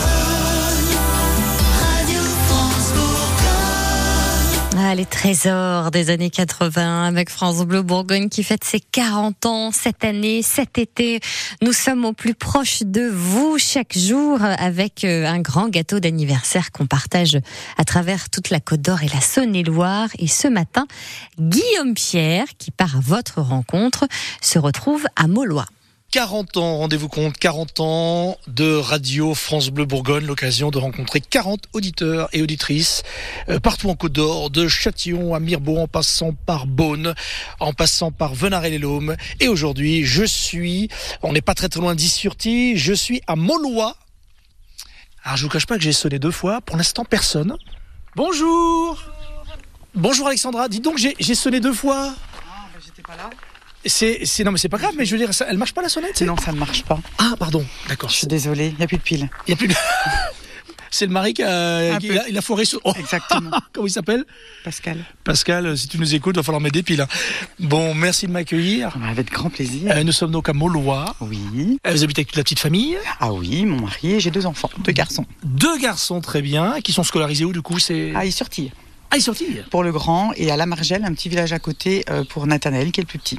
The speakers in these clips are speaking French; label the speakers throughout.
Speaker 1: Anna, Ah, les trésors des années 80 avec France Bleu Bourgogne qui fête ses 40 ans cette année, cet été. Nous sommes au plus proche de vous chaque jour avec euh, un grand gâteau d'anniversaire qu'on partage à travers toute la Côte d'Or et la Saône-et-Loire. Et ce matin, Guillaume Pierre, qui part à votre rencontre, se retrouve à Maulois.
Speaker 2: 40 ans, rendez-vous compte, 40 ans de Radio France Bleu Bourgogne, l'occasion de rencontrer 40 auditeurs et auditrices euh, partout en Côte d'Or, de Châtillon à Mirbeau, en passant par Beaune, en passant par Venard et les Laumes. Et aujourd'hui, je suis, on n'est pas très très loin d'Issurti, je suis à Maulois. Alors je vous cache pas que j'ai sonné deux fois, pour l'instant personne. Bonjour Bonjour Alexandra, dis donc j'ai j'ai sonné deux fois
Speaker 3: Ah, bah, j'étais pas là.
Speaker 2: c'est, c'est, non mais c'est pas grave, mais je veux dire, ça- elle marche pas la sonnette c'est-
Speaker 3: Non, ça ne marche pas.
Speaker 2: Ah pardon, d'accord.
Speaker 3: Je suis désolée, il n'y a plus de pile.
Speaker 2: Il y a plus de- C'est le mari qui a,
Speaker 3: Un
Speaker 2: qui
Speaker 3: peu.
Speaker 2: a- il a foiré. sur- Oh,
Speaker 3: Exactement,
Speaker 2: comment il s'appelle
Speaker 3: Pascal.
Speaker 2: Pascal, si tu nous écoutes, il va falloir mettre des piles. hein. Bon, merci de m'accueillir.
Speaker 3: Ah bah, Avec grand plaisir.
Speaker 2: Euh, nous sommes donc à Maulois.
Speaker 3: Oui.
Speaker 2: Euh, Vous habitez avec toute la petite famille.
Speaker 3: Ah oui, mon mari et j'ai deux enfants, deux garçons.
Speaker 2: Deux garçons, très bien, qui sont scolarisés où du coup c'est...
Speaker 3: Ah, ils sortirent.
Speaker 2: Ah, ils sortirent
Speaker 3: Pour le grand et à La Margelle, un petit village à côté euh, pour Nathanaël qui est le plus petit.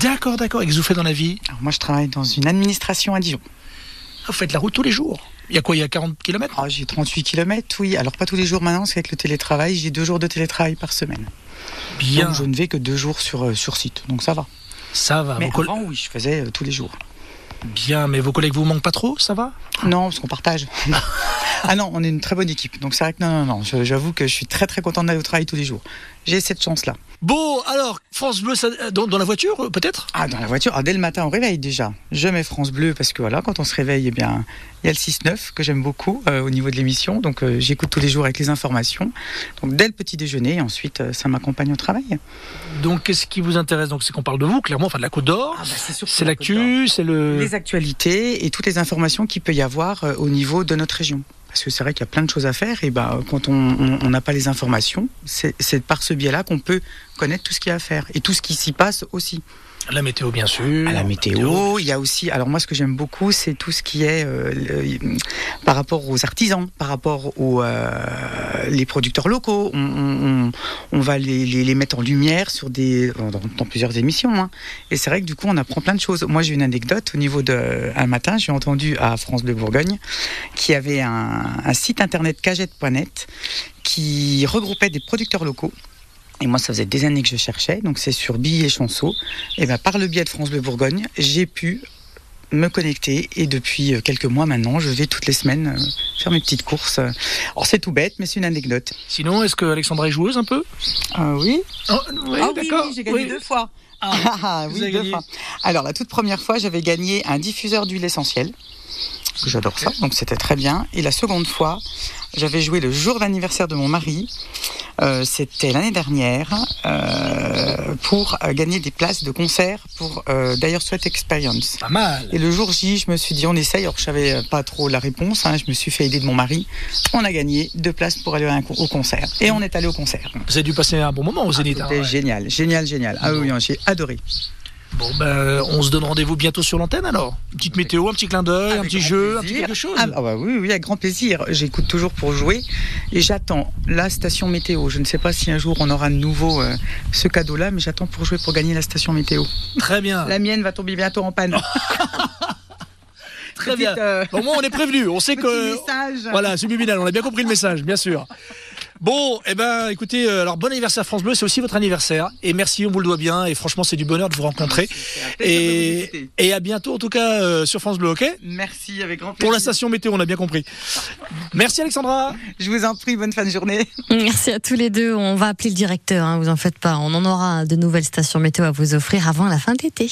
Speaker 2: D'accord, d'accord. Et qu'est-ce que vous faites dans la vie
Speaker 3: Alors moi, je travaille dans une administration à Dijon.
Speaker 2: Ah, Vous faites la route tous les jours. Il y a quoi Il y a 40 km
Speaker 3: Ah, j'ai 38 km, oui. Alors pas tous les jours maintenant, parce qu'avec le télétravail, j'ai deux jours de télétravail par semaine.
Speaker 2: Ah, Bien,
Speaker 3: Donc je ne vais que deux jours sur, euh, sur site, donc ça va.
Speaker 2: ça va.
Speaker 3: Mais
Speaker 2: Vos coll-
Speaker 3: avant, oui, je faisais euh, tous les jours.
Speaker 2: Bien, mais vos collègues vous manquent pas trop, ça va
Speaker 3: Non, parce qu'on partage. ah non, on est une très bonne équipe. Donc c'est vrai que non, non, non. je- J'avoue que je suis très très contente d'aller au travail tous les jours. J'ai cette chance-là.
Speaker 2: Bon, alors, France Bleu, ça- dans, dans la voiture, euh, peut-être
Speaker 3: Ah, dans la voiture. Ah, dès le matin, on réveille déjà. Je mets France Bleu parce que voilà, quand on se réveille, eh bien, il y a le 6-9 que j'aime beaucoup euh, au niveau de l'émission. Donc euh, j'écoute tous les jours avec les informations. Donc dès le petit déjeuner, et ensuite euh, ça m'accompagne au travail.
Speaker 2: Donc, qu'est-ce qui vous intéresse Donc, c'est qu'on parle de vous, clairement, enfin de la Côte d'Or. Ah, bah,
Speaker 3: Ah,
Speaker 2: C'est l'actu, c'est le.
Speaker 3: Les actualités et toutes les informations qu'il peut y avoir euh, au niveau de notre région. Parce que c'est vrai qu'il y a plein de choses à faire et ben, quand on- on on n'a pas les informations, c'est c'est par ce biais-là qu'on peut connaître tout ce qu'il y a à faire et tout ce qui s'y passe aussi.
Speaker 2: La météo, bien sûr.
Speaker 3: À la météo, Oh, il y a aussi, alors moi ce que j'aime beaucoup, c'est tout ce qui est euh, le- par rapport aux artisans, par rapport aux euh, les producteurs locaux. On, on- on- on va les, les- les mettre en lumière sur des, dans, dans plusieurs émissions. hein. Et c'est vrai que du coup, on apprend plein de choses. Moi, j'ai une anecdote au niveau de. Un matin, j'ai entendu à France Bleu Bourgogne qui avait un, un site internet cagette.net qui regroupait des producteurs locaux. Et moi, ça faisait des années que je cherchais, donc c'est sur Billy et Chanceau. Et ben, par le biais de France Bleu Bourgogne, j'ai pu me connecter et depuis euh, quelques mois maintenant, je vais toutes les semaines euh, faire mes petites courses. Alors c'est tout bête, mais c'est une anecdote.
Speaker 2: Sinon, est-ce que Alexandra est joueuse un peu
Speaker 3: Ah oui,
Speaker 2: Oh, oui,
Speaker 3: Ah oui,
Speaker 2: d'accord.
Speaker 3: oui, j'ai gagné
Speaker 2: Oui.
Speaker 3: deux fois.
Speaker 2: Ah.
Speaker 3: Ah,
Speaker 2: Vous
Speaker 3: oui,
Speaker 2: avez
Speaker 3: deux
Speaker 2: gagné.
Speaker 3: fois. Alors, la toute première fois, j'avais gagné un diffuseur d'huile essentielle. parce que J'adore ça, donc c'était très bien. Et la seconde fois, j'avais joué le jour d'anniversaire de mon mari. Euh, c'était l'année dernière euh, pour euh, gagner des places de concert pour euh, Dire Sweat Experience.
Speaker 2: Pas mal.
Speaker 3: Et le jour J, je me suis dit on essaye. Alors je savais euh, pas trop la réponse. hein. Je me suis fait aider de mon mari. On a gagné deux places pour aller à un co- au concert. Et on est allé au concert.
Speaker 2: Vous avez dû passer un bon
Speaker 3: Ah,
Speaker 2: moment au Zénith. hein,
Speaker 3: C'était
Speaker 2: ouais.
Speaker 3: génial, génial, génial. Ah oui, hein, j'ai adoré.
Speaker 2: Bon, ben, on se donne rendez-vous bientôt sur l'antenne alors. Une petite météo, un petit clin d'œil, un
Speaker 3: Avec
Speaker 2: petit
Speaker 3: grand
Speaker 2: jeu, un petit
Speaker 3: plaisir.
Speaker 2: quelque chose.
Speaker 3: Ah, ah bah oui, oui, avec grand plaisir. J'écoute toujours pour jouer et j'attends la station météo. Je ne sais pas si un jour on aura de nouveau euh, ce cadeau-là, mais j'attends pour jouer pour gagner la station météo.
Speaker 2: Très bien.
Speaker 3: La mienne va tomber bientôt en panne.
Speaker 2: Très
Speaker 3: Petite,
Speaker 2: Ah, bien.
Speaker 3: euh,
Speaker 2: Au moins, on est prévenu. On sait
Speaker 3: petit
Speaker 2: que.
Speaker 3: message.
Speaker 2: Voilà, subliminal. On a bien compris le message, bien sûr. Bon, eh ben, écoutez, euh, alors bon anniversaire France Bleu, c'est aussi votre anniversaire. Et merci, on vous le doit bien. Et franchement, c'est du bonheur de vous rencontrer.
Speaker 3: plaisir de vous
Speaker 2: Et,
Speaker 3: visiter.
Speaker 2: et à bientôt, en tout cas, euh, sur France Bleu, ok
Speaker 3: Merci, avec grand plaisir.
Speaker 2: Pour la station météo, on a bien compris. Merci Alexandra.
Speaker 3: Je vous en prie, bonne fin de journée.
Speaker 1: Merci à tous les deux. On va appeler le directeur, hein, vous en faites pas. On en aura de nouvelles stations météo à vous offrir avant la fin d'été.